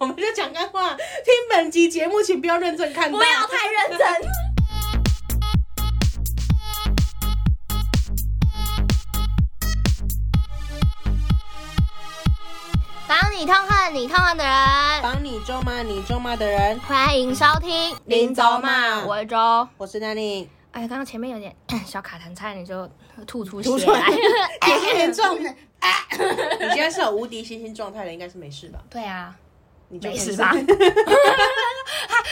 我们就讲干话。听本集节目，请不要认真看不待，要太认真。帮你痛恨你痛恨的人，帮你咒骂你咒骂的人。欢迎收听林州骂我是周。我是 Danny，哎，刚刚前面有点 小卡痰，差点就吐出吐血出来 来。哎也是严重的。你现在是有无敌星星状态的，应该是没事吧？对啊，你就没可以事说吧？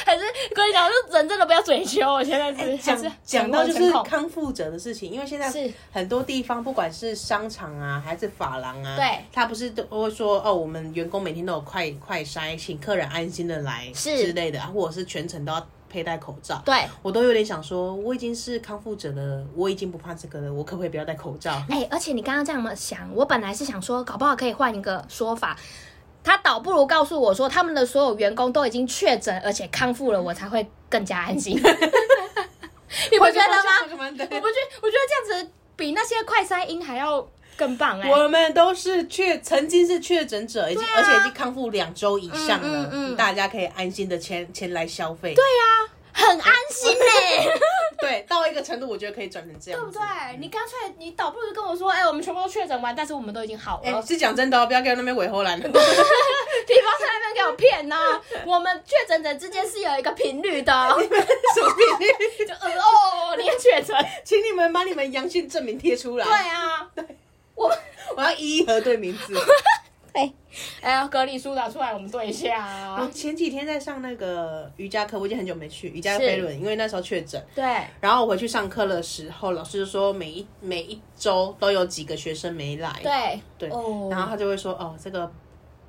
还是跟你讲，就人真的不要追求。我现在是还是讲讲到就诚是惶诚恐康复者的事情，因为现在是很多地方，不管是商场啊，还是发廊啊，对，他不是都会说哦，我们员工每天都有快快筛，请客人安心的来是之类的，或者是全程都要佩戴口罩。对。我都有点想说，我已经是康复者了，我已经不怕这个了，我可不可以不要戴口 罩？哎、而且你刚刚这样么想，我本来是想说，搞不好可以换一个说法。他倒不如告诉我说，他们的所有员工都已经确诊，而且康复了，我才会更加安 心。你不觉得吗？吗 我不觉，我觉得这样子比那些快筛阴还要更棒哎、我们都是确曾经是确诊者，已经、而且已经康复两周以上了，嗯嗯嗯大家可以安心的前前来消费。对啊很安心哎、对，到一个程度，我觉得可以转成这样 对不子，对？你干脆你倒不如跟我说，哎、我们全部都确诊完，但是我们都已经好了，哎、是讲真的哦，不要给我那边尾后 栏。你不要在那边给我 骗呢、我们确诊者之间是有一个频率的哦，什么频率？就呃哦，你也确 诊。请你们把你们阳性证明贴出来。对，啊，我们我要一一核对名字。对，哎呀，隔离书拿出来，我们对一下我啊。前几天在上那个瑜伽课，我已经很久没去瑜伽飞轮，因为那时候确诊。对，然后我回去上课的时候，老师就说每一每一周都有几个学生没来。对，对哦然后他就会说哦，这个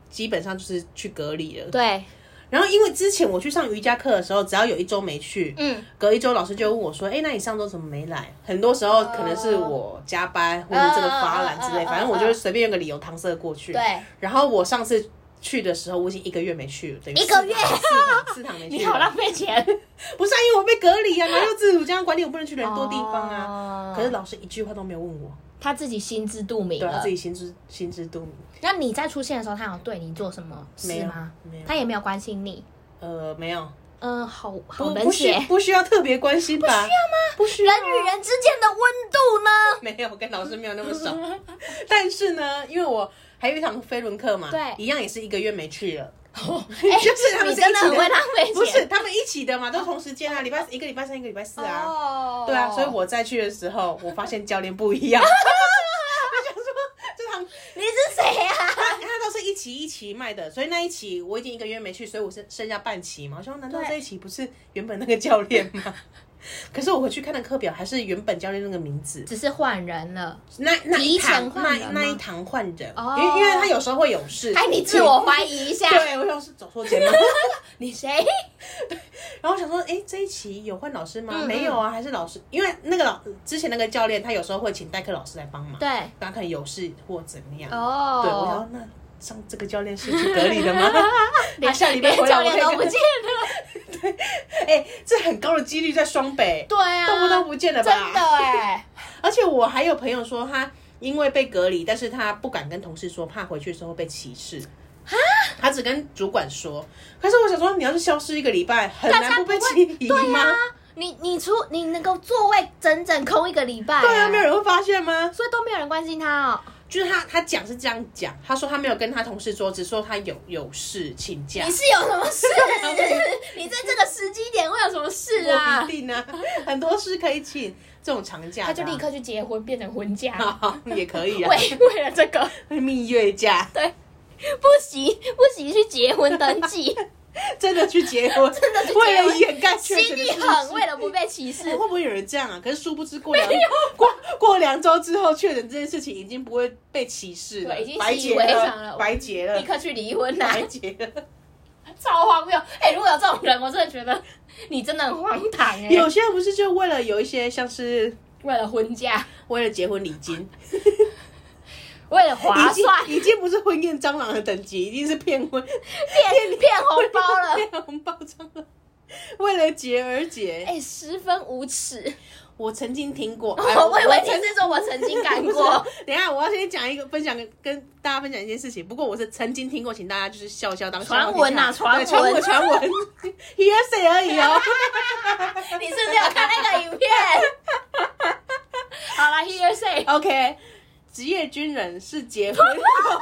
基本上就是去隔离了。对，然后因为之前我去上瑜伽课的时候，只要有一周没去，嗯，隔一周老师就问我说：“哎，那你上周怎么没来？”很多时候可能是我加班或者这个发懒之类，嗯嗯嗯嗯反正我就是随便用个理由搪塞过去。对。然后我上次去的时候，我已经一个月没去了，等于一个月四堂四堂没去了。 你好浪费钱，不是、啊、因为我被隔离啊，然后又自主健康管理，我不能去人多地方啊。啊可是老师一句话都没有问我，他自己心知肚明对他了自。己心知心知肚明。那你在出现的时候，他有对你做什么没事有吗？没有他也没有关心你。呃，没有，嗯，好好不冷不需血，不需要特别关心吧？不需要吗？不需要啊、人与人之间的温度呢？没有，跟老师没有那么 少。但是呢，因为我还有一堂飞轮课嘛，对一样也是一个月没去 了。哎就是他们你是真一的起很会浪费钱。不是，他们一起的嘛，都同时间啊，礼拜一个礼拜三，一个礼拜四啊。哦对啊，所以我再去的时候，我发现教练不一样。我想说，这堂你是谁啊呀？他他都是一期一期卖的，所以那一期我已经一个月没去，所以我剩剩下半期嘛。我想说，难道对这一期不是原本那个教练吗？ 可是我回去看了课表，还是原本教练那个名字。只是换人了。那那一提前堂换那人吗那一堂换人，哦因为因为他有时候会有事，哎，你自我怀疑一 下，对，我想是走错节目。你谁？ 然后我想说，哎，这一期有换老师吗？嗯嗯没有啊，还是老师，因为那个老之前那个教练，他有时候会请代课老师来帮忙，对，他可能有事或怎么样。哦，对，我想说那上这个教练是去隔离的吗？他下礼拜 连回教来我练都可不以见跟，了。哎，这很高的几率在双北，对啊，动不动不见了吧？真的哎，而且我还有朋友说他因为被隔离，但是他不敢跟同事说，怕回去的时候被歧视。啊他只跟主管说。可是我想说，你要是消失一个礼拜，很大难家不被不质会疑对吗？啊，你你出你能够座位整整空一个礼拜，对啊，没有，人会发现吗？所以都没有人关心他哦。就是他，他讲是这样讲，他说他没有跟他同事说，只说他有有事请假你。是有什么事？你在这个时机点会有什么事我啊一？定啊，很多事可以请这种长假的啊、他就立刻去结婚，变成婚嫁，好 也 可以啊，为为了这个，蜜月假不行不行，去结婚登 记，真的去结婚， 真的去结婚为了掩盖确心诊的一事实狠，为了不被歧视哎，会不会有人这样啊？可是殊不知过两过过两周之后确诊这件事情已经不会被歧视了，对已经白习以结为常了，了白结了立，刻去离婚啦、白结 了。超荒谬！哎、如果有这种人，我真的觉得你真的很荒唐哎、有些人不是就为了有一些像是为了婚嫁，为了结婚礼金，为了划已经算，已经不是婚宴蟑螂的等级，已经是骗婚骗骗红包 了，骗红包蟑螂。为了节而节。哎、十分无耻！我曾经听 过，哎我以为你曾是说我曾经干不是啊过，等一下，我要先讲一个分享，跟大家分享一件事情。不过我是曾经听过，请大家就是笑笑当笑话传闻呐听听对传传闻闻传闻 hearsay 而已哦。 你是不是有看那个影片？好啦 h e a r s a y OK，职业军人是 结婚后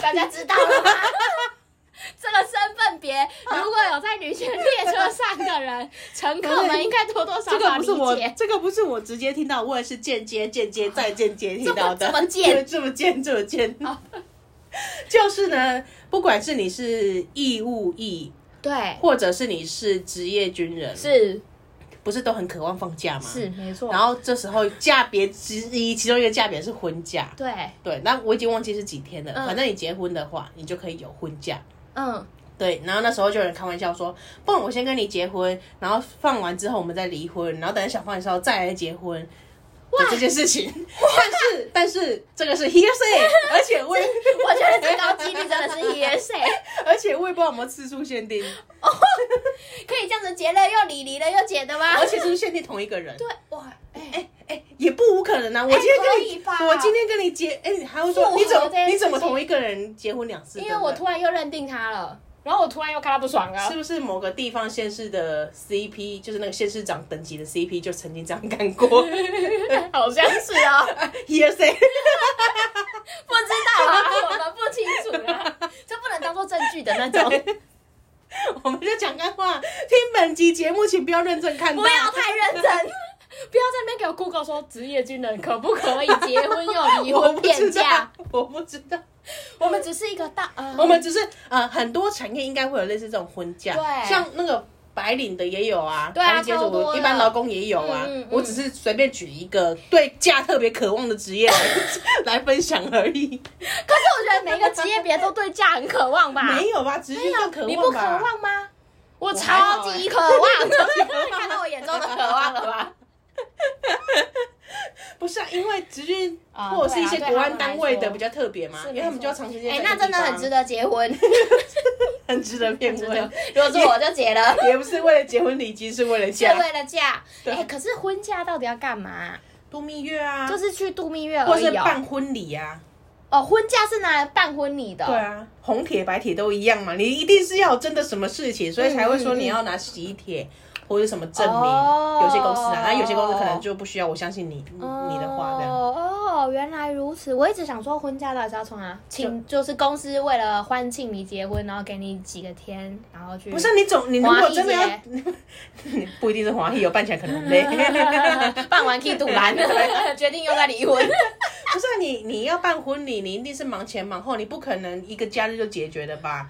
大家知道 了吗？这个身份别，如果有在女权列车上的人，乘客们应该多多少这个少不理是我解。，这个不是我直接听到，我也是间接、间接再间接听到的，这么这么 贱这么贱，这么贱。哦就是呢，不管是你是义务役，对，或者是你是职业军人，是不是都很渴望放假吗？。是没错。然后这时候价别之一，其中一个价别是婚假，对，对，那我已经忘记是几天了。嗯反正你结婚的话，你就可以有婚假。嗯，对，然后那时候就有人开玩笑说，不然我先跟你结婚，然后放完之后我们再离婚，然后等小放的时候再来结婚的这件事情。但是但是这个是 hearsay，而且我也我觉得最高几率真的是 hearsay， 而且我也不知道有没有次数限定，啊可以这样子结了又离，离了又结的吗？而且是不是限定同一个人？对，哇，哎、哎哎，也不无可能啊！我今天可跟以你，吧我今天跟你结，哎，你还会复说合你怎么这件事你怎么情同一个人结婚两次？因为对不我对突然又认定他 了，然后我突然又啊看他不爽了是。不是某个地方县市的 CP，就是那个县市长等级的 CP，就曾经这样干过 啊好像是哦， ？ESA，不知道啊，我们不清楚啊啦， 这不能当做证据的那种， 我们就讲干话。听本集节目，请不要认真看不待，要太认真，不要在那边给我 Google 说职业军人可不可以结婚又 离我婚不变知价道，，我不知道，我们只是一个大呃，我们只是呃，很多产业应该会有类似这种婚假，对像那个。白领的也有啊，对啊白领阶超多主的一般劳工也有啊。嗯嗯嗯我只是随便举一个对假特别渴望的职业 来来分享而已，可是我觉得每个职业别都对价很渴望吧？ 没有吧？职业更渴望吧？你不渴望吗？我还好超欸级渴望，你看到我欸眼中的渴 望了吧？不是啊，因为职军啊或者是一些对啊国安单位对他的们来说比较特别嘛，是因为他们就要长时间 在一哎、个那地方。真的很值得结 婚。 很值得辩真的论，如果是我就结 了， 也不是为了结婚离婚，是为了是嫁为了嫁。对哎、可是婚嫁到底要干嘛？度蜜月啊，就是去度蜜月或而是已哦。办婚礼啊，哦，婚嫁是拿来办婚礼的。对啊，红帖白帖都一样嘛，你一定是要有真的什么事情，所以才会说你要拿喜帖。或者什么证明，嗯哦有些公司啊，那有些公司可能就不需要。我相信你，你哦。你的话这样。哦，原来如此。我一直想说，婚嫁到底是要从哪？请就是公司为了欢庆你结婚，然后给你几个天，然后去 不是你总你如果真的要华裔，啊 不一定是华裔，有哦办起来可能很 累。办完可以 赌完，决定又再离婚。不是啊你，你要办婚礼，你一定是忙前忙后，你不可能一个假日就解决的吧？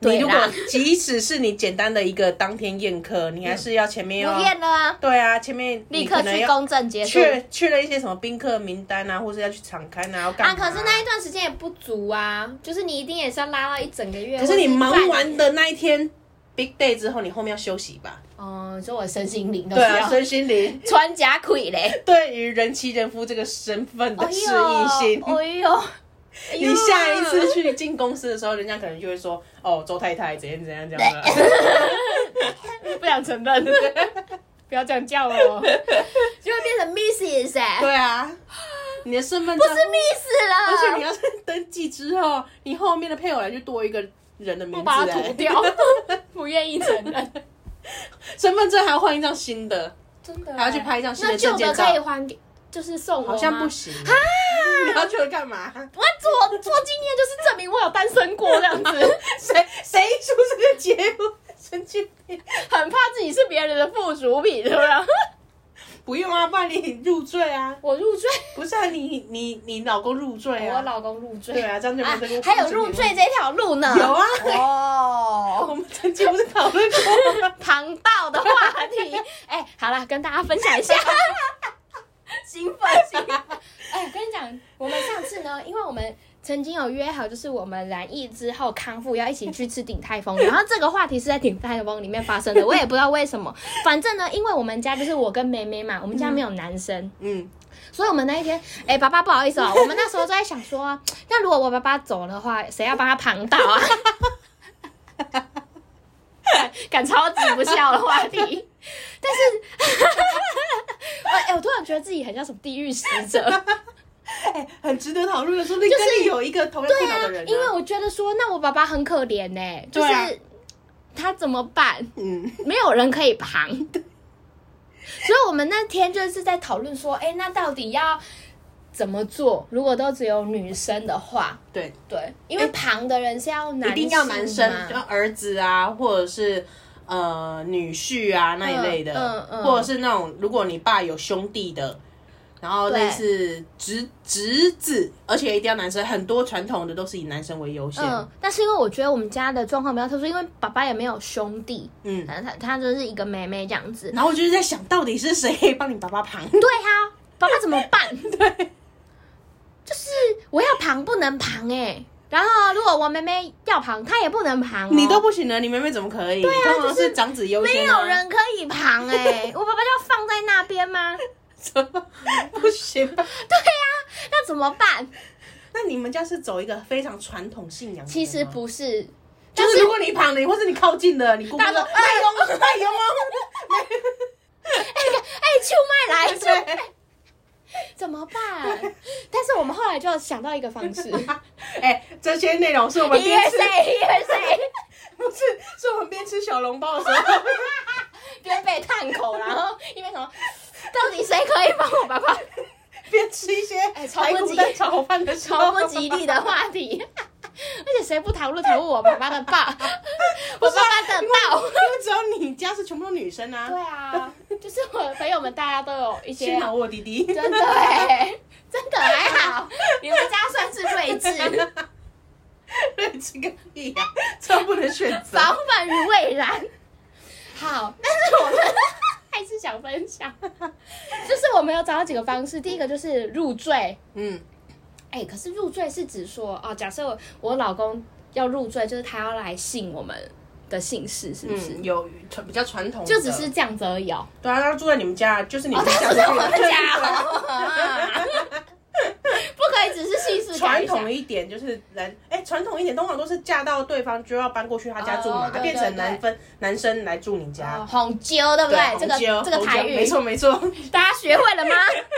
对你如果啦即使是你简单的一个当天宴客，你还是要前面要不验了啊，对啊，前面立你刻可能去要公证结束。啊去去了一些什么宾客名单啊，或是要去敞开啊，要干啊，嘛可是那一段时间也不足啊，就是你一定也是要拉到一整个月。可是你或忙半完的那一天 big day 之后，你后面要休息吧？哦，你说我身心灵都是对啊，要身心 灵穿甲盔嘞。对于人妻人夫这个身份哦的适应性。哎呦，哎 呦你下一次去进公司的时候，人家可能就会说：“哦，周太太怎样怎样怎样的。”不想承认， 不要这样叫我，就会变成 Mrs. 哎、 对啊，你的身份证是 Miss 而且了，你要是登记之后，你后面的配偶栏就多一个人的名不字、把它涂欸， 掉，不愿意承认，身份证还要换一张新的，真的、啊还要去拍一张新那的旧证的件可以照，还给，就是送我吗好像不行啊！你要去了干嘛？我做做纪念就是证明我有单身过这样子， 谁谁出这个节目？神经病！很怕自己是别人的附属品，是不是？不用啊，爸，你入赘啊！我入赘，不是啊，你你你老公入赘我啊？老公入赘，对啊，这样就没啊有这个、，还有入赘。这条路呢？有啊我哦，们曾经不是讨论过吗？旁道的话题，哎、好啦，跟大家分享一下。兴奋，兴奋！哎，我跟你讲，我们上次呢，因为我们曾经有约好，就是我们染疫之后康复要一起去吃鼎泰丰，然后这个话题是在鼎泰丰里面发生的，我也不知道为什么。反正呢，因为我们家就是我跟梅梅嘛，我们家没有男生，嗯，所以我们那一天，哎、爸爸不好意思 哦、我们那时候就在想说，那如果我爸爸走的话，谁要帮他旁道啊？ 敢超级不笑的话题。但是， 哎、我突然觉得自己很像什么地狱使者，哎，很值得讨论的，说不定跟你有一个同样困扰的人、啊啊因为我觉得说，那我爸爸很可怜呢、就是、对啊他怎么办？嗯，没有人可以旁。 所以我们那天就是在讨论说，哎、那到底要怎么做？如果都只有女生的话，对，对，因为旁的人是要男，嗯一定要男生，就嘛，儿子啊，或者是呃女婿啊那一类的，嗯嗯嗯或者是那种如果你爸有兄弟的，然后类似侄侄子，而且一定要男生，很多传统的都是以男生为优先。嗯，但是因为我觉得我们家的状况比较特殊，因为爸爸也没有兄弟，嗯他他他就是一个妹妹这样子。然后我就是在想到底是谁帮你爸爸 扛，对啊，爸爸怎么办？ 对，就是我要旁不能旁哎、然后如果我妹妹要旁，她也不能旁、哦，你都不行了，你妹妹怎么可以？啊通常就是是长子优没先、啊，有人可以旁哎、 我爸爸就要放在那边 吗？怎么 不行吧？啊那怎么办？那你们家是走一个非常传统信仰的吗？其实不是，就但是是如果你旁的，或是你靠近的，你姑姑大说家都哎呦哎呦，哎，秋麦来，秋麦怎么办？但是我们后来就想到一个方 式， 哎，这些内容是我们一边月吃，谁一月谁， 不是是我们边吃小笼包的时候， 边被探口，然后因为什么？到底谁可以帮我爸爸？边吃一些哎超排不骨吉蛋炒饭的时候，超不 吉利的话题， 而且谁不讨论讨论我爸爸的爸， 我爸爸的道？因为只有你家是全部都女生啊，对啊， 就是我的朋友们大家都有一些幸 好我有弟弟，真的哎、真的还 好，你们家算是睿智，对，这个屁呀，这不能选择。防范于未然。好，但是我们 还是想分享，就是我们有找到几个方式，第一个就是入赘。嗯，哎、可是入赘是指说，哦，假设我我老公要入赘，就是他要来信我们的姓氏，是不是？嗯，有传比较传统的，就只是这样子而已哦。对啊，他住在你们家，就是你哦，们他家不是我们对家 哦，不可以只是姓氏改传一下统一点就是男，哎、传统一点通常都是嫁到对方就要搬过去他家住嘛，哦对变成男对分男生来住你家。哦哄揪，对不对？这红椒个这个红椒台语， 没错没错，大家学会了吗？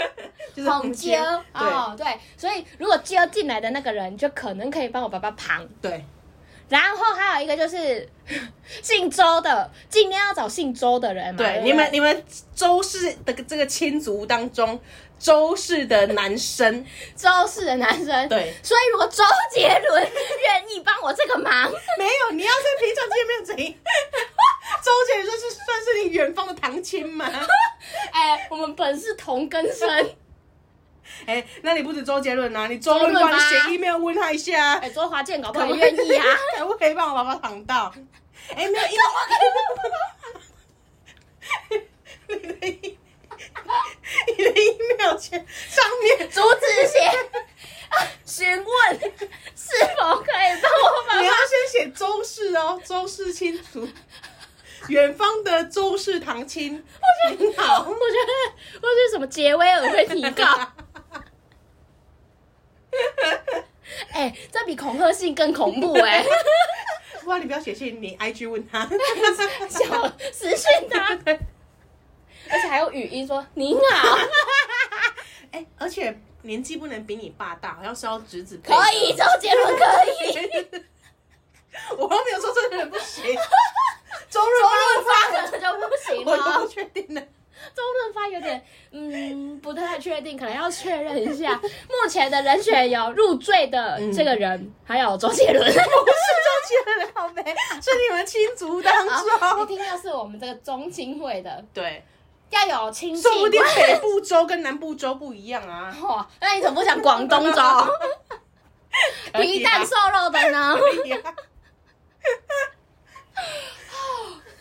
就是哄揪对哦，对，所以如果揪进来的那个人，就可能可以帮我爸爸扛。对，然后还有一个就是 姓周的，尽量要找姓周的人嘛。对对，不对，你们你们周氏的这个亲族当中，周氏的男生， 周氏的男生。对，所以如果周杰伦愿意帮我这 个忙，没有，你要在平常见面怎样？ 周姐说是算是你远方的堂亲 吗？哎，我们本是同根生， 哎、那你不止周杰伦啊，你周润周润发你发写 email 问他一下啊，哎，周华健搞不好也愿意啊。 可不可以帮我爸爸挡 到？哎、没有，因为你的 e- 你的 email 前上面竹子写询问是否可以帮我爸你要爸。先写周氏哦，周氏亲属，远方的周氏堂亲，很好我觉。得，或是什么杰威尔会提告，哎、这比恐吓信更恐怖哎、 哇，你不要写信，你 IG 问他。 小私讯他，而且还有语音说您好，哎、而且年纪不能比你爸大，好像是要侄子配的。可以，周杰伦可以， 我又没有说这个人不 行。周周润润发可能就不行发，我都了不。确定了。周润发有点，嗯，不太确定，可能要确认一下。目前的人选有入赘的这个人，还有周杰伦。不是周杰伦 好没，是你们亲族当好哦一中。定要是我们这个中青会的，对，要有亲戚说不定关系 北部州跟南部州不一样啊。哇，哦那你怎么不讲广 东粥？呃皮蛋瘦肉的呢？可以啊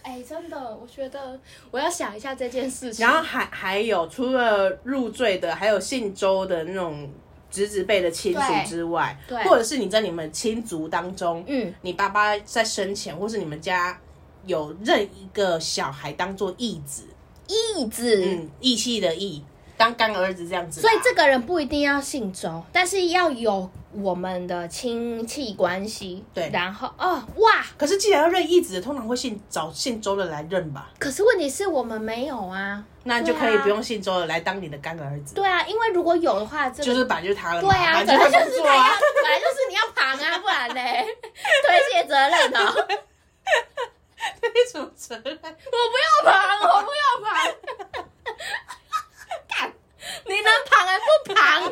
哎、真的，我觉得我要想一下这件事 情。然后还还有除了入赘的，还有姓周的那种侄子辈的亲属之外，对对或者是你在你们亲族当中，嗯，你爸爸在生前，或是你们家有任一个小孩当做义子，义子，嗯，义气的义，当干儿嗯子这样子吧。所以这个人不一定要姓周，但是要有我们的亲戚关系。对然后哦哇，可是既然要认义子，通常会姓找姓周的来认吧，可是问题是我们没有啊。那你就对可以啊不用姓周的来当你的干儿子，对啊，因为如果有的话，这个、就是本来就是他了嘛，对啊，本本来来就就是做他啊 要，，本来就是你要扛啊，不然嘞， 推卸责任哦。推主责任。 我不要旁，我不要旁。干，你能旁还不旁？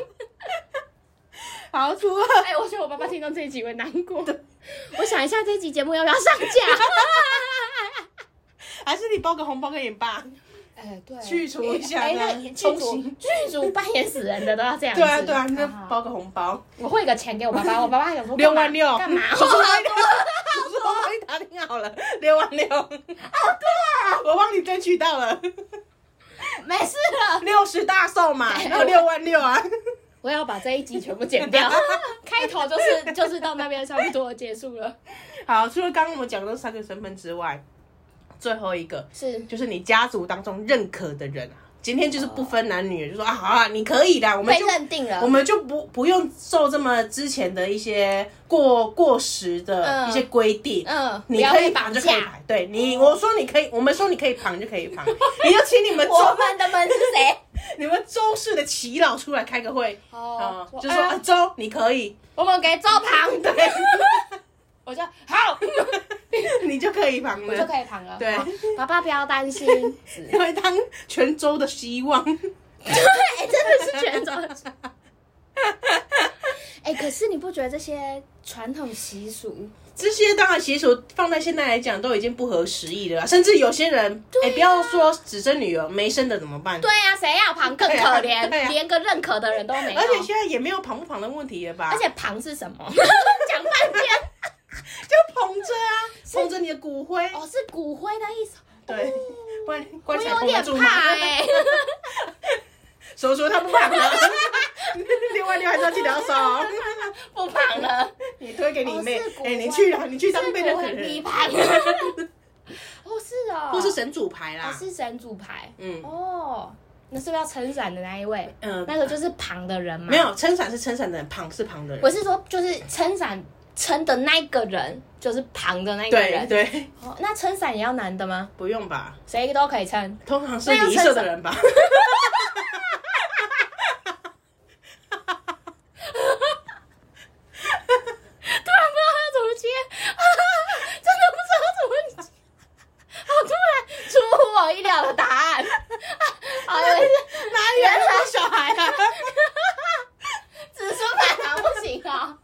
好，除了哎、我觉得我爸爸听到这一集会难过。我想一下，这一集节目要不要上架？还是你包个红包给你爸， 哎、对，去除一下哎、那那个剧冲组刑剧组扮演死人的都要这样子。对啊对啊，那好好包个红包，我汇个钱给我爸爸，我爸爸有时候六万六干嘛？叔 叔帮你打，叔叔帮你打听 啊好了，六万六，好对啊，我帮你争取到了没事了，六十大寿 嘛，然后六万六啊， 我要把这一集全部剪掉， 开头就是就是到那边差不多结束了。好，除了刚刚我们讲的这三个身份之外，最后一个是就是你家族当中认可的人啊。今天就是不分男女，就说啊，好啊，你可以啦，我们被就认定了我，们就不不用受这么之前的一些过过时的嗯一些规定。嗯，不你要可以被绑绑就可以架。绑，对你，我说你可以，我们说你可以绑就可以 绑，你就请你们周我们的门是谁？ 你们周氏的耆老出来开个会，啊 哦，就说啊啊周你可 以，我们给周旁，对， 我就好， 你就可以绑我就了，可以旁了。对好，爸爸不要担 心。因为当泉州的希望， 对，真的是全州。 哎，可是你不觉得这些传统习俗？这些当然习俗放在现在来讲都已经不合时宜了啦，甚至有些人，哎、不要说只生女儿，没生的怎么办？对呀，谁要旁更可对啊怜对啊，连个认可的人都没有。而且现在也没有庞不庞的问题了吧？而且旁是什 么？讲半天。就捧着啊，捧着你的骨灰，哦，是骨灰的意思。对，不然我棺材有捧得点住吗？怕哎。手说他不绑 了，另外你还是要记得要收哦。不旁了，你推给你妹哦是，骨哎、灰你去啦，你去当是被认骨可灰人你，旁。 哦，是哦，或是神主牌哦啦，是神主牌。嗯哦，那是不是要撑伞的那一位？嗯、那个就是旁的人嘛。没，有撑伞是撑伞的人，旁是旁的人我，是说就是撑伞撑的那个人，就是旁的那个对人。对，哦，那撑伞也要男的吗？不用吧，谁都可以撑。通常是那要离撑社的伞人吧。 突然不知道他怎么接，啊真的不知道怎么接。好突然，出乎我意料的答案。啊好，以为是哪里来的小孩啊？只说反常不行啊、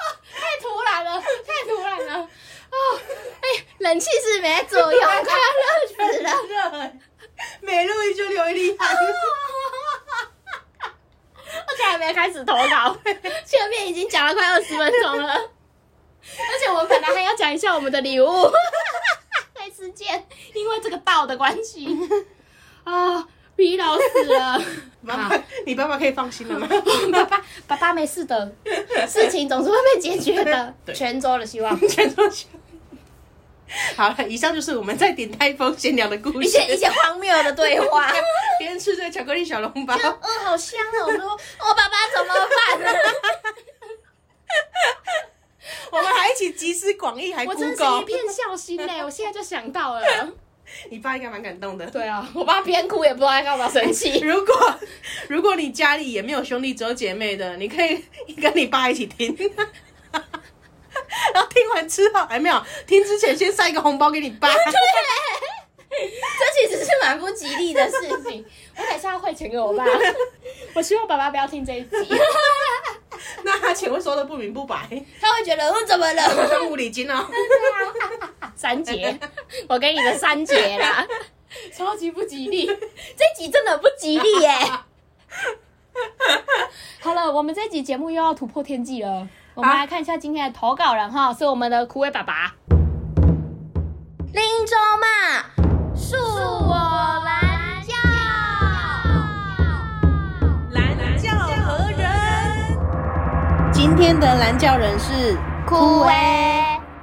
哦！太突然了，太突然了！哦，哎、冷气是没作用，快要热死了。热欸，每录一就流一粒汗。 而且还没开始投稿，前面已经讲了快二十分钟了，而且我们本来还要讲一下我们的礼物， 没时间，因为这个道的关系 啊、疲劳死了。 妈妈，你爸爸可以放心了吗？ 爸爸，爸爸没事的，事情总是会被解决的。对泉州的希 望，全都去。好了，以上就是我们在顶泰丰闲聊的故一事。些一些荒谬的对 话。边吃着巧克力小笼包，嗯，好香哦！我说，我、爸爸怎么办？我们还一起集思广益，还我真是一 Google。片孝心呢、 我现在就想到了。你爸应该蛮感动的。对啊，我爸边哭也不知道该干嘛生 气。 如果如果你家里也没有兄弟只有姐妹的，你可以跟你爸一起听。 然后听完之后，还哎没有听之前，先塞一个红包给你爸。 这其实是蛮不吉利的事情。我等一下要汇钱给我爸， 我希望爸爸不要听这一集，那他钱会收的不明不白， 他会觉得我怎么了？当五礼金哦。三节，我给你的三节啦， 超级不吉利， 这集真的不吉利 耶。好了，我们这集节目又要突破天际了。我们好来看一下今天的投稿人哈，是我们的枯萎爸爸。林州嘛，恕我蓝教。蓝教何人？今天的蓝教人是枯，萎。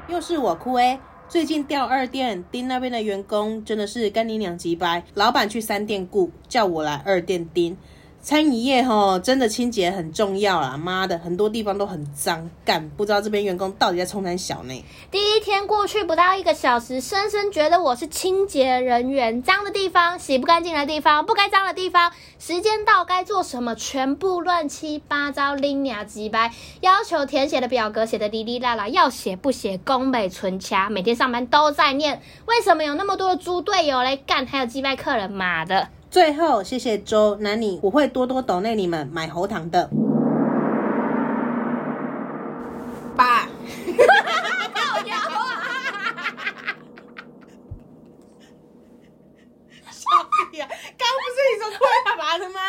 又是我枯萎。欸最近调二店盯那边的员工真的是干你两级白，老板去三店雇，叫我来二店盯。餐饮业吼，真的清洁很重要啦！妈的，很多地方都很脏，干不知道这边员工到底在冲哪小呢？第一天过去不到一个小时，深深觉得我是清洁人员，脏的地方、洗不干净的地方、不该脏的地方，时间到该做什么，全部乱七八糟，拎俩几掰。要求填写的表格写的哩哩啦啦，要写不写，宫北存掐，每天上班都在念，为什么有那么多的猪队友嘞？干，还有击败客人，妈的！最后，谢谢周南你，我会多多抖内你们买喉糖的。爸，靠腰啊！笑屁啊呀！刚不是你说快爸爸的吗？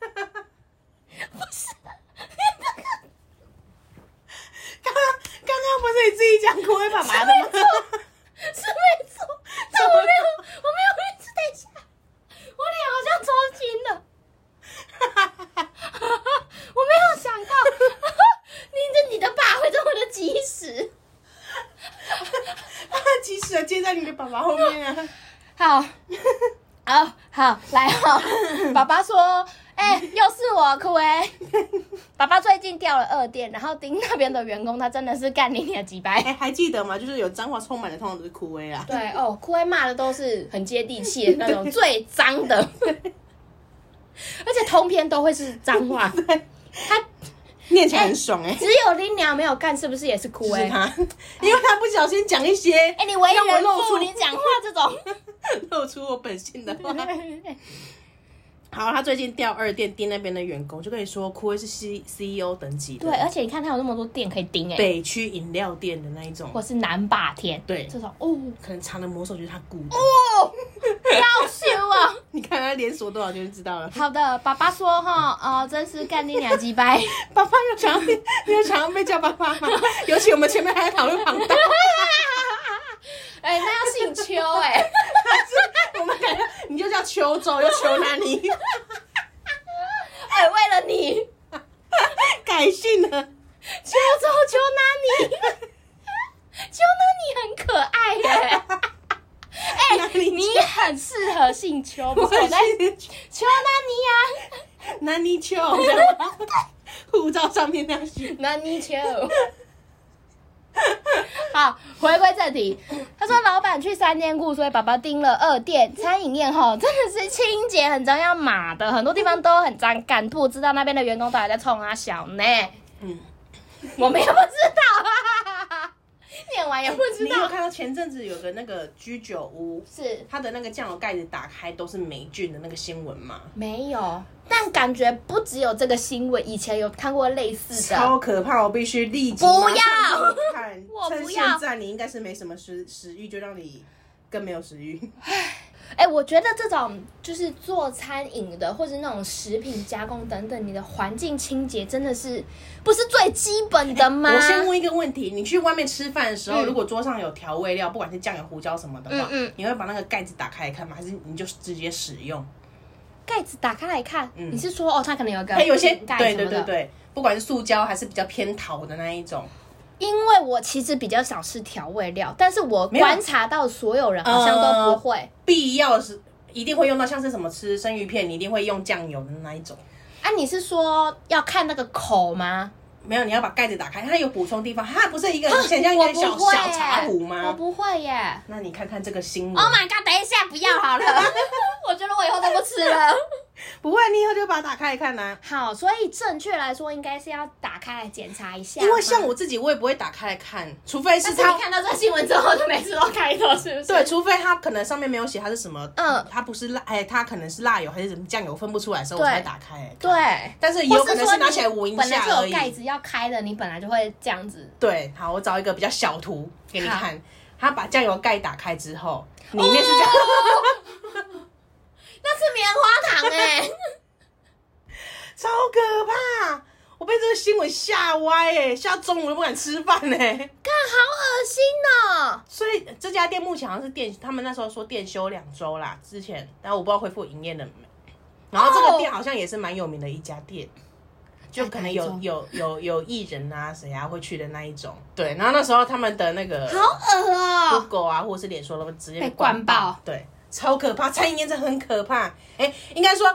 不是， 刚刚刚刚不是你自己讲快爸爸的 吗？是没错，但我没有，我没有认识。等一下，我脸好像抽筋了，我没有想到，你这你的爸会这么的及时。及时的接在你的爸爸后面啊！好，好，好，来哦。爸爸说：“哎、又是我，酷威。”爸爸最近调了二店，然后盯那边的员工，他真的是干你的几 哎、百。还记得吗？就是有脏话充满的，通常都是枯萎啊啦。对哦，酷威骂的都是很接地气的那种，最脏的，而且通篇都会是脏 话。他念起来很爽哎、只有林鸟没有干，是不是也是酷就是威？他，因为他不小心讲一些哎、你为让我人露父，出你讲话这种， 露出我本性的话。好，他最近调二店盯那边的员工，就跟你说，枯萎是 C C E O 等级的，对，而且你看他有那么多店可以盯哎、北区饮料店的那一种，或是南霸天，对这种哦，可能藏的魔手就是他雇的。哦，要修啊！你看他连锁多少就知道了。好的，爸爸说哈，哦，真是干你两鸡 掰。爸爸有想要被，有想要被叫爸 爸吗？尤其我们前面还在讨论旁道，哎、那要姓邱 哎、但是我们感觉你就叫邱州，又邱南尼， 哎、为了你，改姓了。邱州邱哪里？ 邱哪里很可爱耶、哎、哪里你很适合姓邱，不我是我在是邱哪里呀、南尼邱，你 知道吗护照上面那些。那你求。 好，回归正题。他说老板去三店顾，所以爸爸订了二店餐饮业吼，真的是清洁很重要嘛的，很多地方都很脏，干不知道那边的员工到底在冲啊小呢？嗯，我们也不知道、啊， 念完也不知你有道，看到前阵子有个那个居酒屋，是它的那个酱油盖子打开都是霉菌的那个新闻吗？没有，但感觉不只有这个新闻，以前有看过类似的。超可怕！我必须立即啊不要马上给我看 我不要趁现在你应该是没什么食食欲，就让你更没有食欲。哎、我觉得这种就是做餐饮的，或者那种食品加工等等，你的环境清洁真的是不是最基本的吗？哎我先问一个问题：你去外面吃饭的时候，嗯如果桌上有调味料，不管是酱油、胡椒什么的话，嗯嗯你会把那个盖子打开来看吗？还是你就直接使用？盖子打开来看，嗯你是说哦，它可能有一个哎，有些瓶盖对什对么对的。对，不管是塑胶还是比较偏陶的那一种，因为我其实比较少吃调味料，但是我没有观察到所有人好像都不会。必要是一定会用到，像是什么吃生鱼片，你一定会用酱油的那一种。啊，你是说要看那个口吗？没有，你要把盖子打开，它有补充地方，它不是一个啊很像一我个不小会小茶壶我吗？嗯不会耶。那你看看这个新闻 Oh my god！等一下，不要好了， 我觉得我以后都不吃了。不会，你以后就把它打开来看啊呐、好，所以正确来说，应该是要打开来检查一下吗。因为像我自己，我也不会打开来看，除非但是是你它看到这个新闻之后，就每次都开头，是不是？对，除非它可能上面没有写它是什么，嗯嗯，它不是辣，哎，它可能是辣油还是什么酱油分不出来的时候，我对才会打开来看。对，但是也有或可能说是你拿起来闻一本来下就而有盖已。子要开的，你本来就会这样子。 对，好，我找一个比较小图给你好哦看。他把酱油盖打开之后，里面是这样。 那是棉花糖 哎、超可怕！我被这个新闻吓歪哎、吓中午都不敢吃饭哎、看好恶心哦、所以这家店目前好像是店，他们那时候说店休两周啦，之前，然后我不知道恢复营业了没。然后这个店好像也是蛮有名的一家店，就可能有哪一种有有有艺人啊谁啊会去的那一种。对，然后那时候他们的那个好恶哦、 Google 啊或者是脸书，他们直接被灌爆，对，超可怕，餐饮业真的很可怕。哎、应该说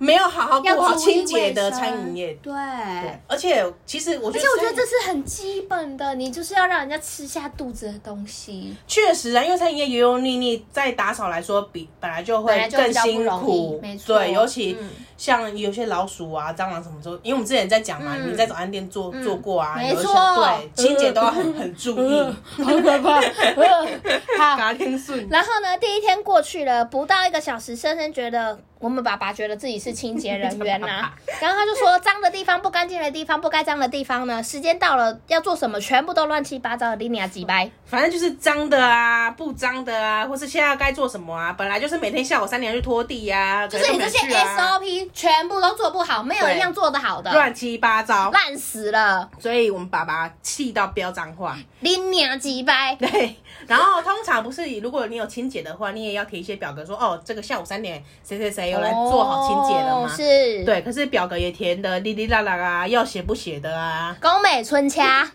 没有好好要顾好注意清洁的卫生餐饮业。对。对，而且其实我而觉得且餐饮，我觉得这是很基本的，你就是要让人家吃下肚子的东西。 确实啊，因为餐饮业油油腻腻，在打扫来说比本来就本会来就比更较不辛容易苦没，错对，尤其嗯像有些老鼠啊、蟑螂什么时候，因为我们之前在讲嘛，嗯你在早餐店做做过啊，没有一些错嗯对，清洁都要很很注意，好可怕！ 好， 嘎天顺。然后呢，第一天过去了，不到一个小时，深深觉得我们爸爸觉得自己是清洁人员呐、 然后他就说，脏的地方、不干净的地方、不该脏的地方呢，时间到了要做什么，全部都乱七八糟的，你俩几掰。反正就是脏的啊，不脏的啊，或是现在该做什么啊，本来就是每天下午三点要去拖地呀、啊，就是你这些可能都没去啊 SOP 全部都做不好，没有一样做得好的，乱七八糟，烂死了，所以我们爸爸气到飙脏话。你俩几掰。 对，然后通常不是，如果你有清洁的话，你也要填一些表格说，哦，这个下午三点谁谁谁有来做好清洁了哦吗？是，，对，可是表格也填的哩哩啦啦啊，要写不写的啊？宫美春掐，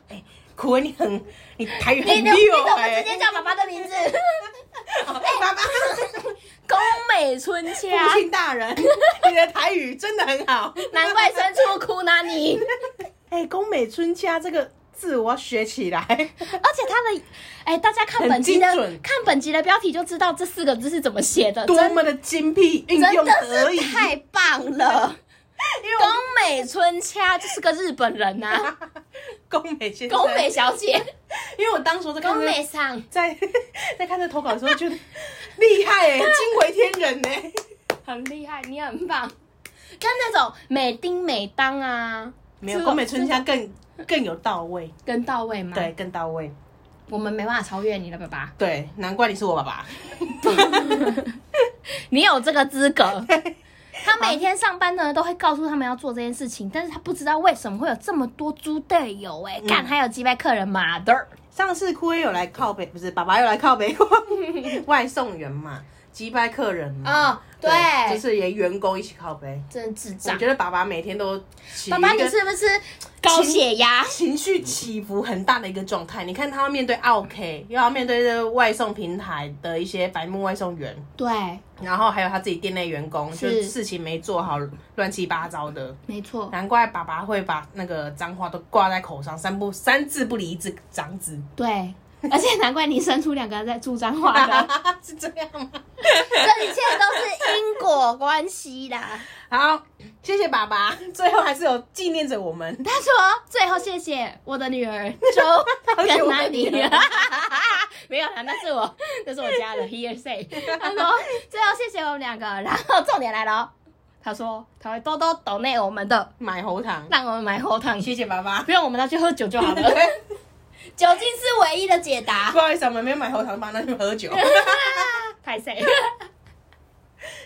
苦文，你很， 你台语你很你你怎溜么哎、直接叫爸爸 的名字？哦 爸爸，宫美春掐父，亲大人， 你的台语真的很好。啊难怪深处哭呢你。哎、宫美春家这个字我要学起来， 而且他的，哎、大家看本集的很精准看本集的标题就知道这四个字是怎么写的，多真么的精辟运真用的得以是。太棒了！ 因为宫美春掐就是个日本 人呐、啊，我宫美先生，宫美，小 姐，因为我当时我在看宫这个美上，在 在看这投稿的时候，觉得厉害哎、惊为天人欸呢、很厉害，你很棒。跟那种美丁美当啊，没有这个宫美春香更更有到位，跟到位吗？，对，更到位，我们没办法超越你了，爸爸，对，难怪你是我爸爸。你有这个资 格。他每天上班呢，都会告诉他们要做这件事情，但是他不知道为什么会有这么多猪队友哎、嗯干、还有击败客人马的儿，上次枯也有来靠北，不是爸爸又来靠北过，外送员嘛，击败客人嘛，哦，对，就是连员工一起靠北。真的智我障。觉得爸爸每天都起爸爸，一你个是不是高血压？情绪起伏很大的一个状态。你看他要面对 OK，又要面对这外送平台的一些白目外送员，对，然后还有他自己店内员工，就是事情没做好，乱七八糟的。没错，难怪爸爸会把那个脏话都挂在口上，三不三字不离这长子，对。而且难怪你生出两个在住彰化的， 是这样吗？ 这一切都是因果关系啦。好，谢谢爸爸， 最后还是有纪念着我们。他说：“最后谢谢我的女儿周跟安妮。”没有啦，那是我， 那是我家的 hearsay。他说：“最后谢谢我们两个。”然后重点来了哦，他说他会多多抖内我们的，买喉糖， 让我们买喉糖，谢谢爸爸。不用我们拿去喝酒就好了。对 酒精是唯一的解答。 不好意思，我们没有买喉糖，帮他去喝酒。 拍谁？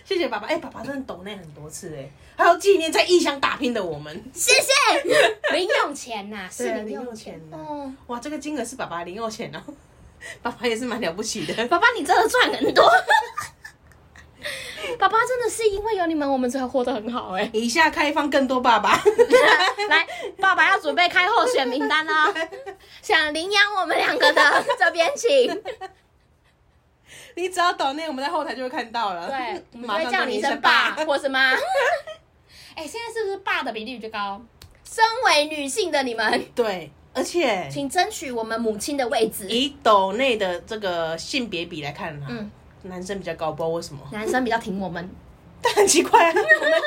谢谢爸爸，哎、爸爸真的抖内很多次哎、还有纪念在异乡打拼的我们。 谢 谢零用钱呐、对是啊零零用用钱钱。呐哦，哇，这个金额是爸爸零用钱哦， 爸爸也是蛮了不起的。爸爸，你真的赚很多。 爸爸真的是因为有你们，我们才活得很好 哎、以下开放更多爸爸。来，爸爸要准备开候选名单啦、想领养我们两个的这边请。你只要抖内，我们在后台就会看到了。 对，我们马就上就会叫你一一声声爸或是妈。 哎、现在是不是爸的比例就高？身为女性的你们， 对，而且请争取我们母亲的位置。以抖内的这个性别比来看啊，嗯男生比较高，不知道为什么， 男生比较挺我们，但很奇怪啊，我们这 TA 很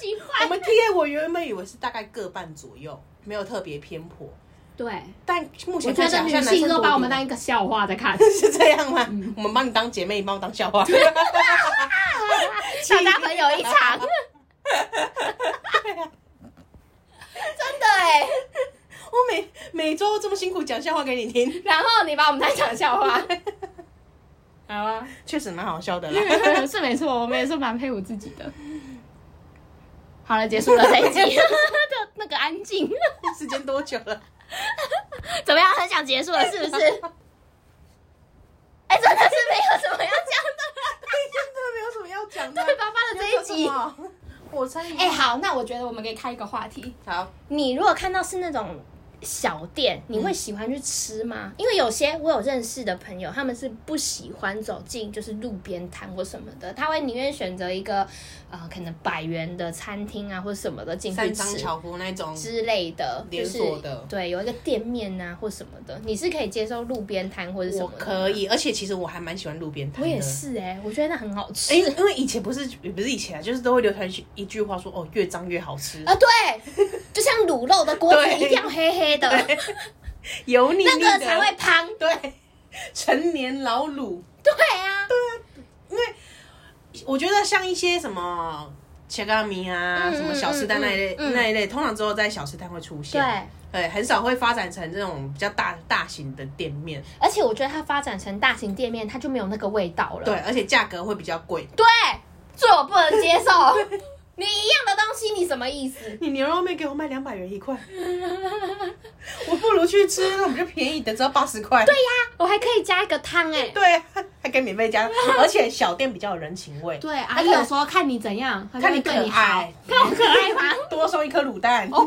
奇我怪。们 TA 我原本以为是大概各半左右，没有特别偏颇，对，但目我前觉看起来得好女像男性生都把我多们一点当一个笑话在看， 是这样吗？我们帮你当姐妹，你帮我当笑话。 大家朋友一场。 真的哎、我每每周这么辛苦讲笑话给你听， 然后你把我们当讲笑话，好啊，确实蛮好笑的 啦。是没错，我们也是蛮佩服自己的。好了，结束了这一集的 那个安静，时间多久了？怎么样？很想结束了，是不是？ 哎、真的是没有什么要讲的。真的没有什么要讲的。 对爸爸的这一集你要说什么我猜一哎、好，那我觉得我们可以开一个话题。好，你如果看到是那种小店，你会喜欢去吃嗯吗？因为有些我有认识的朋友，他们是不喜欢走进就是路边摊或什么的，他会宁愿选择一个呃可能百元的餐厅啊或什么的进去三张吃。巧夫那种，之类的，连锁的就是、对，有一个店面啊，或什么的，你是可以接受路边摊或者什我么的吗可，以，而且其实我还蛮喜欢路边摊我的。也是哎、我觉得那很好吃、 哎，因为因为以前不是也不是以前啊，就是都会流传一句话说哦，越脏越好吃，啊，对，就像卤肉的锅子对一定要黑黑的，对油腻腻那的个才会胖。对成年老卤。对啊，我觉得像一些什么切咖米啊、嗯什么小吃摊那一类、嗯嗯嗯那一类，通常只有在小吃摊会出现。对。对，很少会发展成这种比较大大型的店面。而且我觉得它发展成大型店面，它就没有那个味道了。对，而且价格会比较贵。对，这我不能接受。 你一样的东西，你什么意思？你牛肉面给我卖两百元一块，我不如去吃那种比较便宜的，只要八十块。对呀、我还可以加一个汤哎、对，还给免费加，而且小店比较有人情味，对，阿姨有时候看你怎样，她就看会你可对你好。爱，看我可爱吗？ 多收一颗卤蛋。 哦，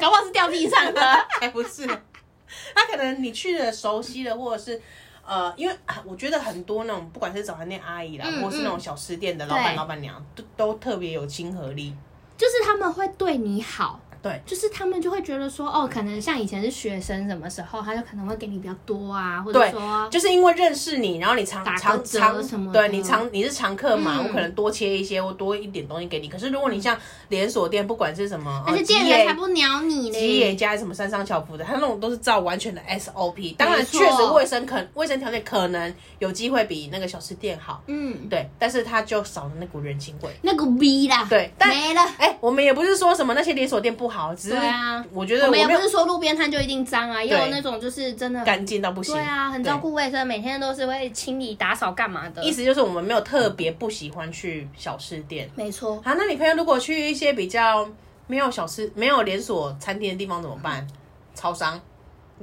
搞不好是掉地上的。才不是。他可能你去了熟悉的，或者是呃，因为啊我觉得很多那种不管是早餐店阿姨啦，嗯或是那种小吃店的老对板、老板娘，都都特别有亲和力。就是他们会对你好，对，就是他们就会觉得说，哦，可能像以前是学生，什么时候他就可能会给你比较多啊，或者对说，就是因为认识你，然后你常打个常折常什么的对你常你是常客嘛，嗯我可能多切一些或多一点东西给你。可是如果你像连锁店，不管是什么，但是呃店吉员野才不鸟你吉野嘞。家什么三商巧福的，他那种都是照完全的 SOP。当没然，错确实卫生可卫生条件可能有机会比那个小吃店好，嗯，对，但是它就少了那股人情味。那个 V 啦，对但没了。哎、我们也不是说什么那些连锁店不好，只是对啊我觉得我我们没也不有是说路边摊就一定脏啊，也有对那种就是真的干净到不行。对啊，很照顾卫生，每天都是会清理打扫干嘛的对。意。思就是我们没有特别不喜欢去小吃店。没错，好、那你朋友如果去一些比较没有小吃、没有连锁餐厅的地方怎么办？超商、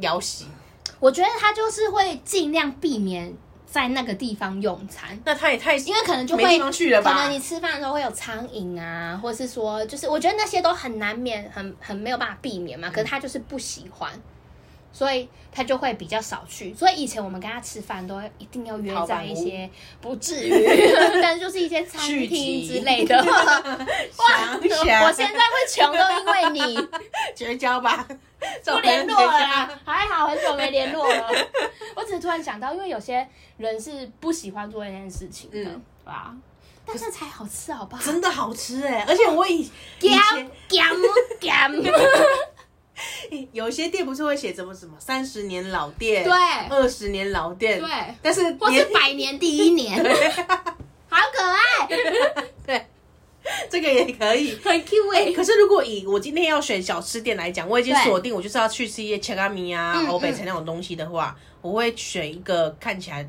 摇席，我觉得他就是会尽量避免在那个地方用餐。那他也太因为可能就没会地方去了吧可能你吃饭的时候会有苍蝇啊，或是说，就是我觉得那些都很难免，很很没有办法避免嗯嘛。可是他就是不喜欢，所以他就会比较少去。所以以前我们跟他吃饭都会一定要约陶在板一屋些不至于， 但就是一些餐续厅集之 类的。 哇，想想我现在会穷都因为 你 绝交 吧，不不联络了啦，还好很久没联络了。我只是突然想到，因为有些人是不喜欢做那件事情的，嗯对吧？但是才好吃，好不好？真的好吃哎、而且我以以前咸咸，有一些店不是会写怎么什么三十年老店，对二十年老店，对，但是 或是连百年第一年， 好可爱， 对，这个也可以。很 Q 哎、 可是如果以我今天要选小吃店来讲，我已经对锁定我就是要去吃一些切咖米啊嗯、欧北城那种东西的话，我会选一个看起来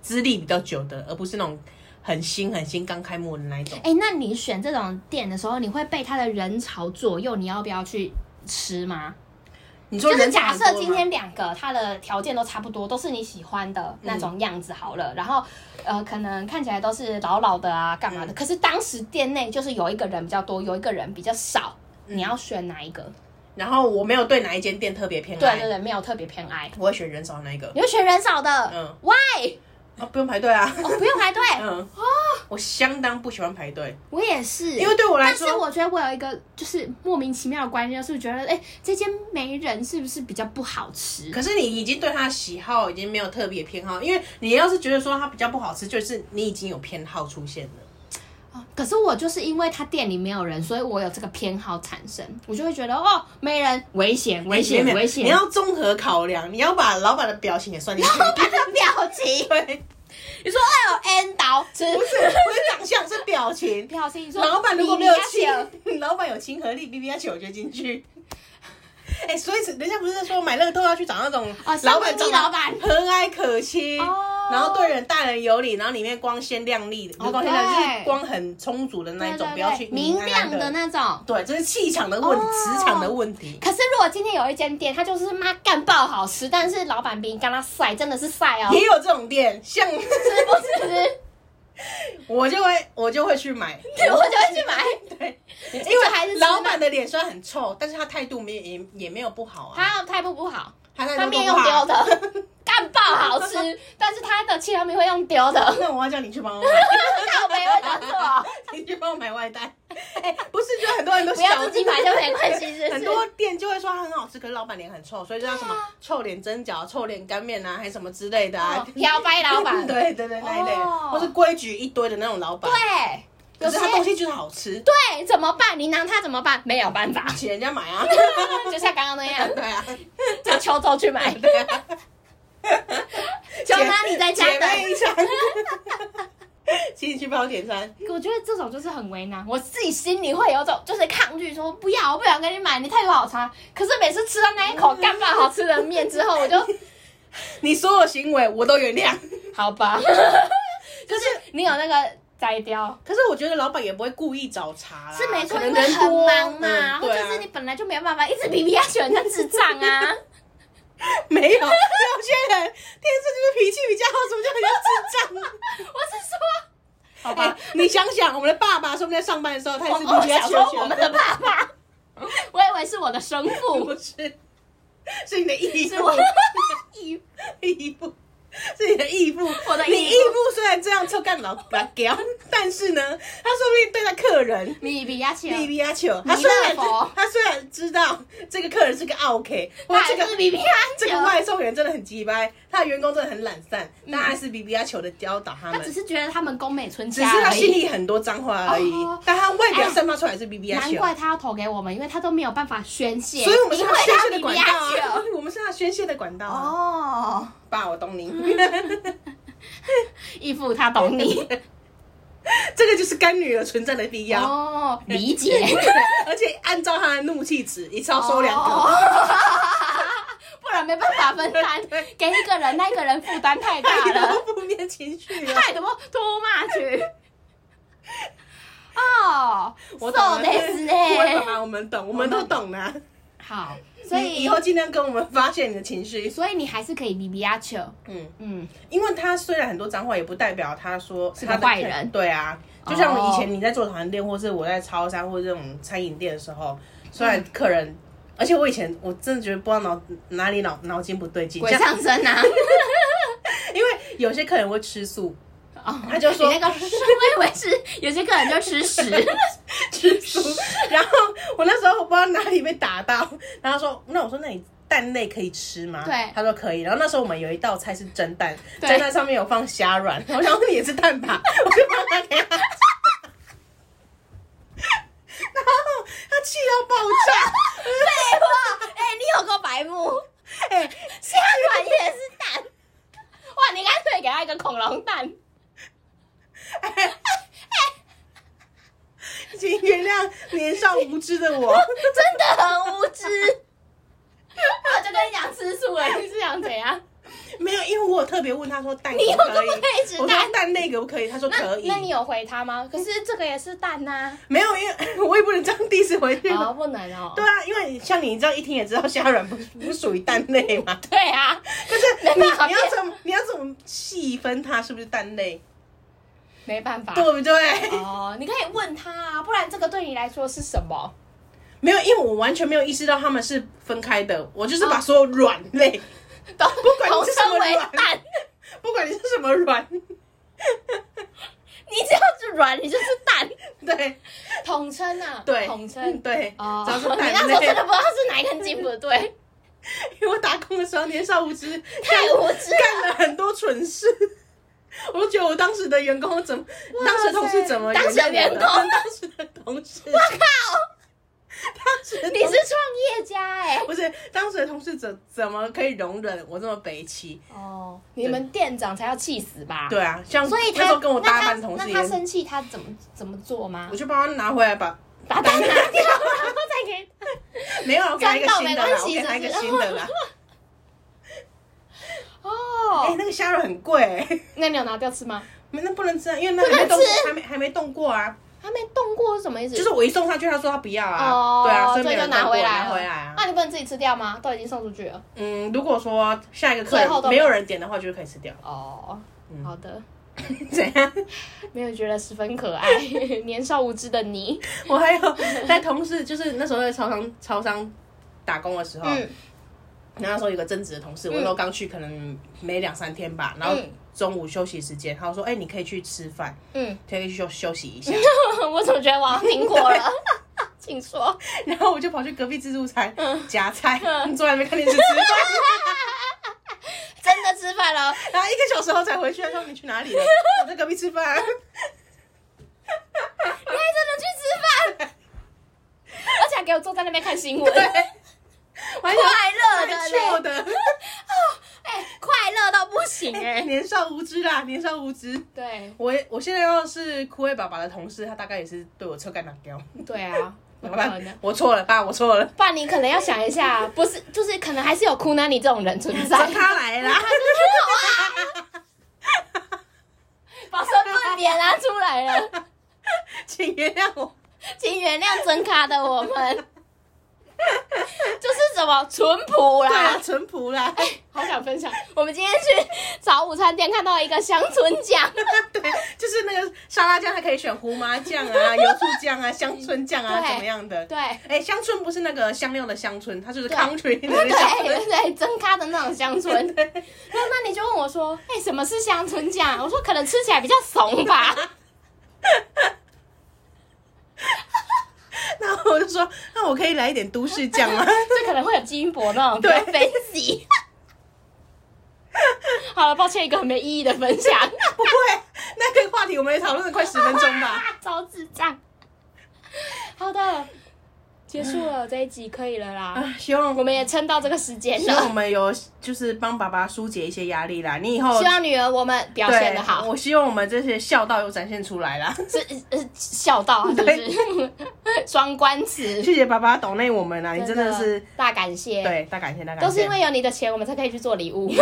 资历比较久的，而不是那种很新很新刚开幕的那一种。哎、那你选这种店的时候，你会被它的人潮左右，你要不要去吃吗？你说就是人才假设多吗今天两个它的条件都差不多，都是你喜欢的那嗯种样子好了，然后呃，可能看起来都是老老的啊，干嘛嗯的？可是当时店内就是有一个人比较多，有一个人比较少，嗯你要选哪一个？然后我没有对哪一间店特别偏对爱，对对，没有特别偏爱，我会选人少的那一个。你会选人少的。嗯， Why？啊，不用排队啊。 哦，不用排队，嗯，我相当不喜欢排队，我也是，因为对我来但说是，我觉得我有一个就是莫名其妙的观念，就是觉得哎、这间没人是不是比较不好吃？可是你已经对它的喜好已经没有特别偏好，因为你要是觉得说它比较不好吃，就是你已经有偏好出现了。哦可是我就是因为他店里没有人，所以我有这个偏好产生，我就会觉得哦，没人危险，危险，没有危险。你要综合考量，你要把老板的表情也算进 去。他的表情，对，你说哎呦 N 导吃不是不是长相，是表 情。表情，你说老板如果没有你你要亲，老板有亲和力，比比较久就进去。 哎、所以人家不是说买乐透要去找那种哦是老板，公长益得老板和蔼可亲，哦然后对人大人有礼，然后里面光鲜亮丽的，不是光鲜亮丽，对就是光很充足的那一对种，对不要去对明阴暗亮暗的的。那种。对，这是气场的问题哦，磁场的问题。可是如果今天有一间店，它就是妈干爆好吃，但是老板比你干他晒，真的是晒哦，也有这种店，像吃不吃？我就会我就会去买， 我就会去买。对， 因因为还是为吃老饭板的脸虽然很臭，但是他态度没有也也没有不好啊，他态度不好，他态他度面都用不丢好。的， 干爆好吃，但是他的气泡面会用丢 的，那我要叫你去帮我买，靠北会讲错，你去帮我买外带。 哎，不是，就很多人都不要小自己买就没关系，是不很是？多店就会说它很好吃，可是老板脸很臭，所以就叫什么臭脸蒸饺、臭脸干面啊，还是什么之类的啊哦。漂白老板，对， 对对对，那一类，哦或是规矩一堆的那种老板，可有是些他东西就是好吃， 对怎么办？你拿他怎么办？没有办法， 请人家买啊。 就像刚刚那样， 对啊， 叫秋周去 买，对啊，秋他你在家姐等。妹一场， 请你去帮我点餐。我觉得这种就是很为难，我自己心里会有种就是抗拒，说不要，我不想跟你买，你态度好差。可是每次吃到那一口干饭好吃的面之后，我就你所有行为我都原谅，好 吧，就是你有那个摘雕，可是我觉得老板也不会故意找茬啦，是没错，可因能为人很多忙嘛，嗯然后对就啊是你本来就没有办法一直比啊比下去，人家智障啊。没有，有些人天生就是脾气比较好，怎么就很像智障？ 我是 好哎吧，你想想，我们的爸爸说不定在上班的时候，他也说，是比我我较想学说我学们的爸爸，我以为是我的生父， 不是，是你的义是父我， 义父，是你的义父。我的你义义父虽然这样臭干老老屌，但是呢，他说不定对待客人。米比亚奇尔，比比亚球，弥他勒虽然佛他虽然知道这个客人是个 OK，他哇，还这是个比比亚啊这球个。外送员真的很鸡掰，他的员工真的很懒散，但还是比比亚球的教导他他们，只是觉得他们宫美春只家是他而心已。里很多脏话而已哦，但他外表散发出来是 B B 哎难 H，怪他要投给我们，因为他都没有办法宣泄。所以我们是因他为宣泄他的管 BBR 道啊球， 我们是他宣泄的管道啊。哦，爸，我懂你， 义父他懂你这个就是干女儿存在的必 要，哦，理解。而且按照他的怒气值，一 次要收两 个，哦， 不然没办法分担 对，给一个人，那一个人负担太大太 了，多负面情绪啊了。太多 too much。哦，我懂了，そうです不会 ね。吧？我们懂，我们都懂啦。好，所你以以后尽量跟我们发泄你的情绪。所以你还是可以比比亚球。嗯，嗯，因为他虽然很多脏话，也不代表他说是个他的坏人哦对啊，就像以前你在做早餐店，或是我在超商或者这种餐饮店的时候，虽然客人，而且我以前我真的觉得不知道脑哪里脑脑筋不对劲，鬼像上身啊！因为有些客人会吃素，哦他就说你那个，我以为是有些客人就吃屎，吃 素，然后我那时候我不知道哪里被打到，然后他说，那我说那你。蛋类可以吃吗？对他说可以。然后那时候我们有一道菜是蒸蛋，对蒸蛋上面有放虾软，我想说你也是蛋吧， 我就把它给他吃。然后他气到爆 炸，废话，哎，你有个白目，哎、虾软也是蛋，哇，你干脆给他一个恐龙蛋。请原谅年少无知的我。 真的很无知。 我就跟你讲吃素了，你是想怎样？没有，因为我有特别问他说蛋可你有不可这以么，可以吃我蛋说？蛋类可不可以？他说那可以那。你有回他吗？可是这个也是蛋呐、没有，因为 我也不能这样第一次回去。哦，不能哦。对啊，因为像你这样一听也知道虾软不不属于蛋类 嘛。对啊，可是没你办法你要怎么你要怎么细分它是不是蛋类，没办法。对不对？哦，你可以问他啊，不然这个对你来说是什么？ 没有，因为我完全没有意识到它们是分开的，我就是啊把所有软 类，都不管同你是什称么为卵蛋， 不管你是什么软， 你只要是软，你就是蛋，对统称啊，对，统嗯称。对，哦，只要是 你蛋那时候真类的。不知道是哪一根筋 不对，因为我打工的时候年少无知，太无知了。干了很多蠢事。 我都觉得我当时的员工怎么，当时的同事怎么原谅当我的，时的员工当时的同事，我靠，当时的你同是事创业家哎、不是当时的同事怎怎么可以容忍我这么北气？哦，你们店长才要气死吧？对啊，像所以那他时候跟我搭班的那他同事那也他是，生啊气，他怎么怎么做吗我？就帮他拿回来吧。把蛋拿掉，然后再给他。没有，啊我给他一个新的战斗没关啦，系我给他一个新的啦。哎、 哦，那个虾肉很贵、 欸，那你有拿掉吃吗？没那不能吃啊，因为那还没动，还没还没动过啊。他没动过是什么意思？就是我一送他去，他说他不要啊，哦，对啊，所以所没以有人就动拿过回来拿了回来啊。那你不能自己吃掉吗？都已经送出去了。嗯，如果说下一个客最后人都没有人点的话，就可以吃掉。哦，好的。 怎样？没有觉得十分可爱， 年少无知的你。我还 有在同事，就是那时候在超商超商打工的时候，嗯然后那时候有个正职的同事，我那时候刚去，可能没两三天吧，然后嗯中午休息时间，他说：“哎、你可以去吃饭，嗯，可以去休休息一下。 我怎么觉得我好像听过 了？请说。”然后我就跑去隔壁自助餐嗯夹菜，坐在那边看电视吃饭， 真的吃饭哦了，然后一个小时后才回去。他说：“你去哪里了？” 我在隔壁吃饭。啊你还真 的去吃饭，而且还给我坐在那边看新闻，对，完快乐全太旧的嘞，的， 哎、快乐到不行哎、年少无知啦，年少无知。对我也我现在要是枯萎爸爸的同事，他大概也是对我臭干辣椒。对 啊，怎怎么哦么办可能？？我错了，爸，我错了，不然你可能要想一下，不是，就是可能还是有库纳你这种人存 在。让他来啦。把身份别拉出来了，请原谅 我。请原谅真咖的我们，就是怎么淳朴对啦啊，。淳朴啦。 好想分享，我们今天去找午餐店，看到一个乡村酱，对，就是那个沙拉酱，它可以选胡麻酱 啊、油醋酱啊、乡村酱啊，对怎么样的？对。哎，乡村不是那个香料的乡村，它就是对 country 的对那乡村。对对，真咖的那种乡村。 然后那你就问我说：“哎、什么是乡村酱？”我说：“可能吃起来比较怂吧。然后我就说， 那我可以来一点都市酱吗？ 这可能会有金箔那种比对较 fancy。”好了，抱歉，一个很没意义的分享，不会，那个话题我们也讨论了快十分钟 吧。超智障。好的，结束了这一集可以了啦，啊，希望我们也撑到这个时间希望我了。们有就是帮爸爸疏解一些压力啦。你以后希望女儿我们表现的好对，我希望我们这些孝道有展现出 来啦。是呃孝道啊是不是？双关词，谢谢爸爸懂内我们啊啦，你真的是大感谢。对大感谢大感谢，都是因为有你的钱，我们才可以去做礼物。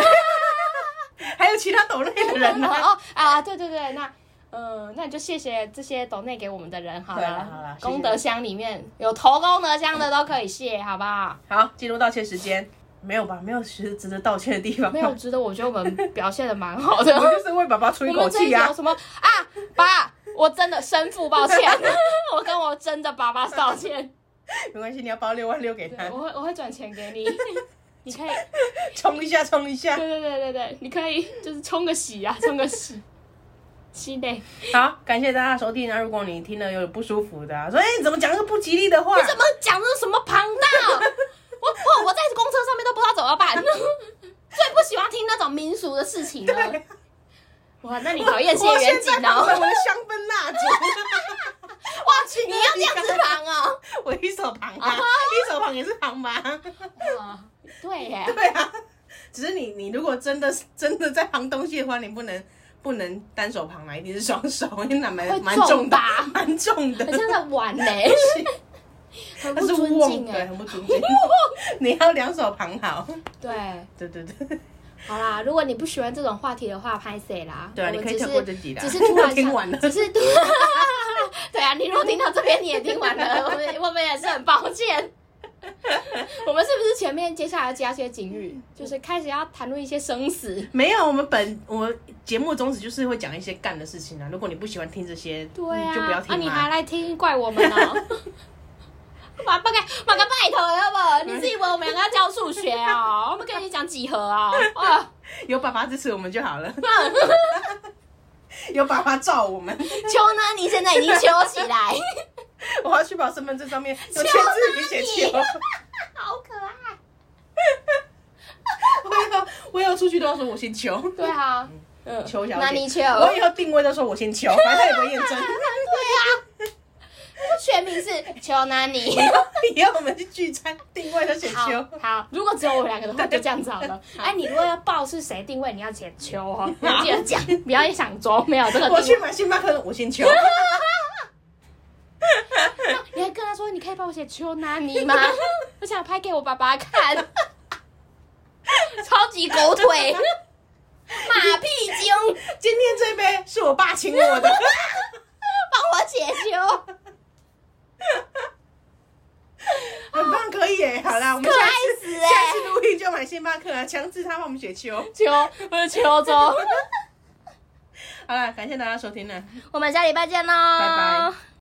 还有其他懂内的 人呢。 哦啊，对对对，那嗯、呃那你就谢谢这些抖内给我们的人好对啦了。好啦谢谢功德箱里面有投功德箱的都可以谢，好 不好？好，进入道歉时间，没有吧？没有值值得道歉的地方吧，没有，值得我觉得我们表现的蛮好的。 我就是为爸爸出一我口们这一气集呀、有什么啊？爸，我真的身负抱歉， 我跟我真的爸爸 道歉。没关系，你要包六万六给他对，我会我会转钱给你，你可以， 冲一下，冲一下。对对对对对，你可以就是冲个喜啊，冲个喜，喜嘞。好，感谢大家的收听。那如果你听了有点不舒服的、啊，说哎、你怎么讲那个不吉利的 话？怎么讲这什么庞大？我我我在公车上面都不知道怎么办， 最不喜欢听那种民俗的事情 了。对？哇，那你讨厌谢我元现景在放哦！着我的香氛蜡烛， 哇，你要这样子旁哦。我一手旁 啊，一手旁也是旁吧？对耶， 对啊，只是你你如果真的真的在旁东西的话，你不能不能单手旁啊来，一定是双手，因为那蛮会蛮重重的吧，蛮重的很。像在玩呢，很他不是尊瓮，敬对，哎。很不尊敬。 你要两手旁好。对，对对对，好啦，如果你不喜欢这种话题的话，拍谁啦？对啊，我你们可以只跳是过这集啦。只是突然 想听完了，只是 对啊，你如果听到这边你也听完了， 我们我们也是很抱歉。 我们是不是前面接下来要加些警语，就是开始要谈论一些生死？没有，我们本我们节目宗旨就是会讲一些干的事情啊。如果你不喜欢听这些，对嗯你就不要啊，听啦啊你还来听，怪我们哦。 马不该马个拜托，要不你是以为我们两个要教数学哦？我们跟你讲几何哦？ 啊，有爸爸支持我们就好了。 有爸爸罩我们，秋呢？你现在已经秋起来，我要去把身份证上面有签字笔写求球。啊 好可爱。我以后 我以后出去都要说我姓邱，对啊，嗯，邱小姐。那你秋，我以后定位都说我姓 邱，反正他也不会验证。 对啊，全名是邱南尼。以后以 后我们去聚餐，定位都写好邱。好，如果只有我们两个的话，就这样子好了。哎，你如果要报是谁定位，你要写邱 哦，你要记得讲，不要想装没有这个我定去位。买星巴克，我姓邱。 你还跟他说，你可以帮我写邱南尼吗？ 我想拍给我爸 爸看，超级狗腿，马屁精，今天这杯是我爸请我的， 帮我写邱，很棒，可以耶。好啦，我们可下爱次死下哎！次录音就哦买星巴克啊，强制他帮我们写秋。邱不是邱州， 好了，感谢大家收听了。 我们下礼拜见喽，拜拜。